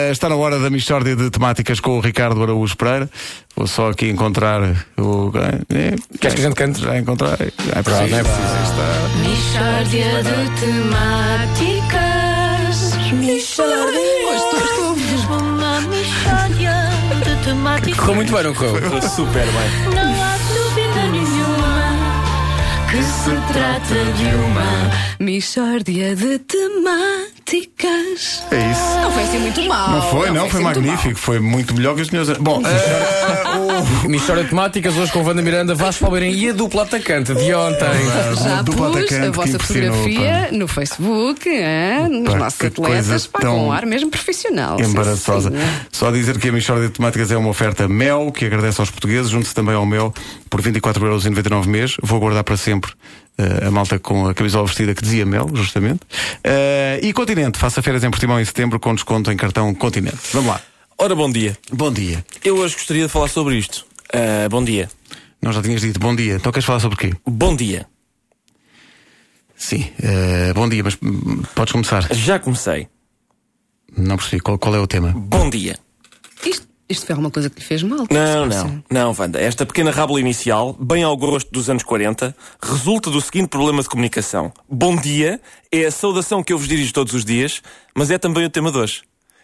Eh, está na hora da mistória de temáticas com o Ricardo Araújo Pereira. Vou só aqui encontrar o. É, Queres que a gente cante? Já encontrei. Já é Pronto, preciso, não é preciso. aí está. Mixórdia de temáticas. Mixórdia. Estou mesmo uma mixórdia de temáticas. Correu muito bem, não correu? Super bem. Não há dúvida nenhuma que se trata de uma mixórdia de temáticas. É isso. Não foi assim muito mal. Não foi, não, é foi assim muito magnífico. Foi muito melhor que os meus. Bom, eh, o- Mistória de temáticas hoje com Wanda Miranda, Vasco Palmeirinho e a dupla atacante de ontem. mal. Já dupla pus atacante a que vossa impressionou, fotografia no Facebook, é? hein, nos Pá, nossos que atletas, coisa pá, tão com um ar mesmo profissional. pá, Embaraçosa. é. Sim, sim. Só dizer que a Michórdia de Temáticas é uma oferta Mel, que agradece aos portugueses, junte-se também ao Mel, por 24,99€ mês. Vou guardar para sempre eh, a malta com a camisola vestida que dizia Mel, justamente. Eh, e Continente, faça férias em Portimão em setembro com desconto em cartão Continente. Vamos lá. Ora, bom dia. Bom dia. Eu hoje gostaria de falar sobre isto. Ah, bom dia. Não já tinhas dito bom dia, então queres falar sobre quê? Bom dia. Sim, eh, bom dia, mas hum, podes começar. Já comecei. Não percebi, qual, qual é o tema? Bom dia. Isto, isto foi alguma coisa que lhe fez mal? Não, Sim. não. Não, Wanda. Esta pequena rábula inicial, bem ao gosto dos anos 40, resulta do seguinte problema de comunicação. Bom dia é a saudação que eu vos dirijo todos os dias, mas é também o tema de hoje.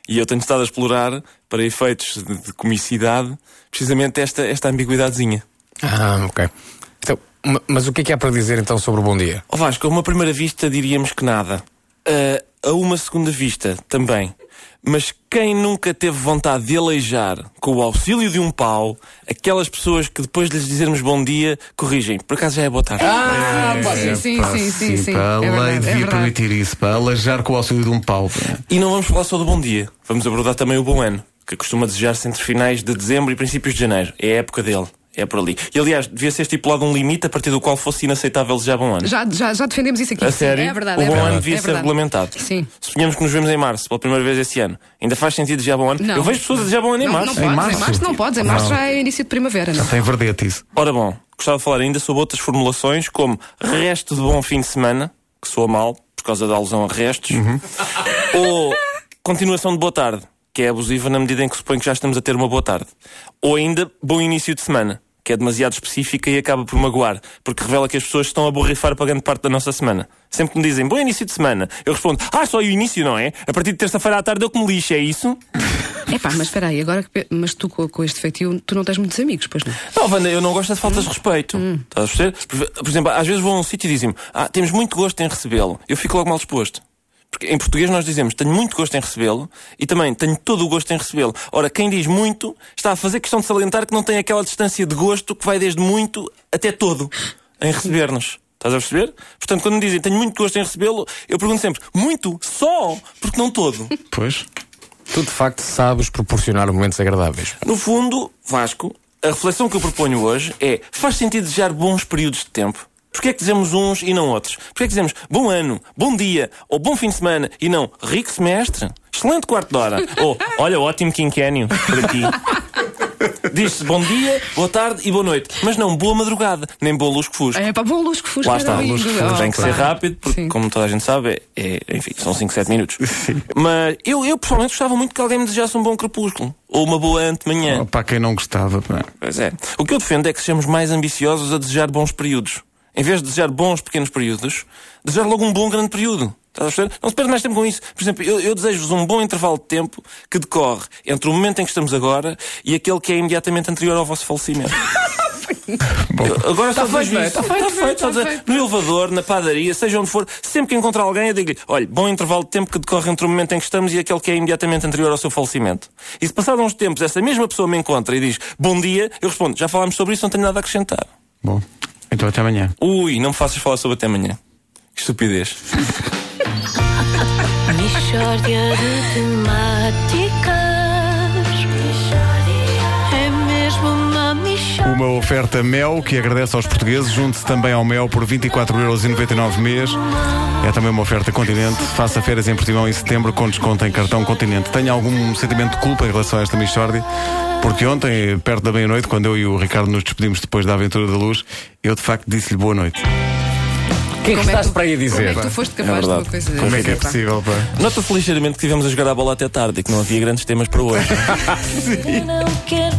E eu tenho estado a explorar, para efeitos de, de comicidade, precisamente esta, esta ambiguidadezinha. Ah, ok. Então, ma- mas o que é que há para dizer então sobre o bom dia? Ó Vasco, a uma primeira vista diríamos que nada. Ah, a uma segunda vista também. Mas quem nunca teve vontade de aleijar, com o auxílio de um pau, aquelas pessoas que depois de lhes dizermos bom dia, corrigem. Por acaso já é boa tarde. Ah, pá, sim, sim, Pá, sim, sim, sim. pá, a lei É verdade, é devia verdade. permitir isso, para alajar com o auxílio de um pau. E não vamos falar só do bom dia. Vamos abordar também o bom ano, que costuma desejar-se entre finais de dezembro e princípios de janeiro. É a época dele. É por ali. E aliás, devia ser estipulado um limite a partir do qual fosse inaceitável desejar bom ano. Já, já, já defendemos isso aqui. A Sim, sério? É verdade, o é bom verdade. ano devia é ser verdade. regulamentado. Sim. Suponhamos que nos vemos em março, pela primeira vez esse ano. Ainda faz sentido desejar bom ano? Não. Eu vejo pessoas a desejar bom ano em Não, março. não podes, março? em março não podes, em março Não. já é início de primavera, não? Tem verdete isso. Ora bom, gostava de falar ainda sobre outras formulações, como resto de bom fim de semana, que soa mal, por causa da alusão a restos, ou continuação de boa tarde, que é abusiva na medida em que supõe que já estamos a ter uma boa tarde. Ou ainda, bom início de semana, que é demasiado específica e acaba por magoar, porque revela que as pessoas estão a borrifar para grande parte da nossa semana. Sempre que me dizem, bom início de semana, eu respondo, ah, só o início, não é? A partir de terça-feira à tarde eu que me lixo, é isso? É pá, mas espera aí, agora que. pe- Mas tu com, com este feitio, tu não tens muitos amigos, pois não? Não, Wanda, eu não gosto é de faltas de respeito. Estás a perceber? Por, por exemplo, às vezes vou a um sítio e dizem-me, ah, temos muito gosto em recebê-lo. Eu fico logo mal disposto. Porque em português nós dizemos, tenho muito gosto em recebê-lo e também tenho todo o gosto em recebê-lo. Ora, quem diz muito está a fazer questão de salientar que não tem aquela distância de gosto que vai desde muito até todo em receber-nos. Estás a perceber? Portanto, quando me dizem, tenho muito gosto em recebê-lo, eu pergunto sempre, muito? Só? Porque não todo? Pois. Tu de facto sabes proporcionar momentos agradáveis. No fundo, Vasco, a reflexão que eu proponho hoje é: faz sentido desejar bons períodos de tempo? Porquê é que dizemos uns e não outros? Porquê é que dizemos bom ano, bom dia ou bom fim de semana e não rico semestre? Excelente quarto de hora. ou olha, ótimo quinquênio para ti. Diz-se bom dia, boa tarde e boa noite. Mas não boa madrugada, nem boa luz que fusca. É pá, bom luz que fusca. Lá está, era luz que lindo. fusca. Oh, Tem que pá. ser rápido, porque, Sim. como toda a gente sabe, é, é- enfim, são 5, 7 minutos. Mas eu, eu pessoalmente gostava muito que alguém me desejasse um bom crepúsculo ou uma boa antemanhã. Para quem não gostava. pá. Pois é. O que eu defendo é que sejamos mais ambiciosos a desejar bons períodos. Em vez de desejar bons pequenos períodos, desejar logo um bom grande período. Estás a perceber? Não se perde mais tempo com isso. Por exemplo, eu, eu desejo-vos um bom intervalo de tempo que decorre entre o momento em que estamos agora e aquele que é imediatamente anterior ao vosso falecimento. Eu- agora está feito, não é? Está Tá feito, está feito, só desejo- No elevador, na padaria, seja onde for, sempre que encontrar alguém, eu digo-lhe: olha, bom intervalo de tempo que decorre entre o momento em que estamos e aquele que é imediatamente anterior ao seu falecimento. E se passados uns tempos essa mesma pessoa me encontra e diz bom dia, eu respondo: já falámos sobre isso, não tenho nada a acrescentar. Bom, então até amanhã. Ui, não me faças falar sobre até amanhã. Que estupidez. Mixórdia de temáticas. É mesmo uma mixórdia. Uma oferta Mel, que agradece aos portugueses, junte-se também ao Mel por 24,99€ mês. É também uma oferta Continente. Faça férias em Portimão em setembro com desconto em cartão Continente. Tenho algum sentimento de culpa em relação a esta mixórdia, porque ontem, perto da meia-noite, quando eu e o Ricardo nos despedimos depois da Aventura da Luz, eu de facto disse-lhe boa noite. que é que Como estás tu- para aí dizer? Como é que tu foste capaz de uma verdade. coisa Como é que é dessa, pá? possível, pá? Nota-se ligeiramente que estivemos a jogar a bola até tarde e que não havia grandes temas para hoje. Não quero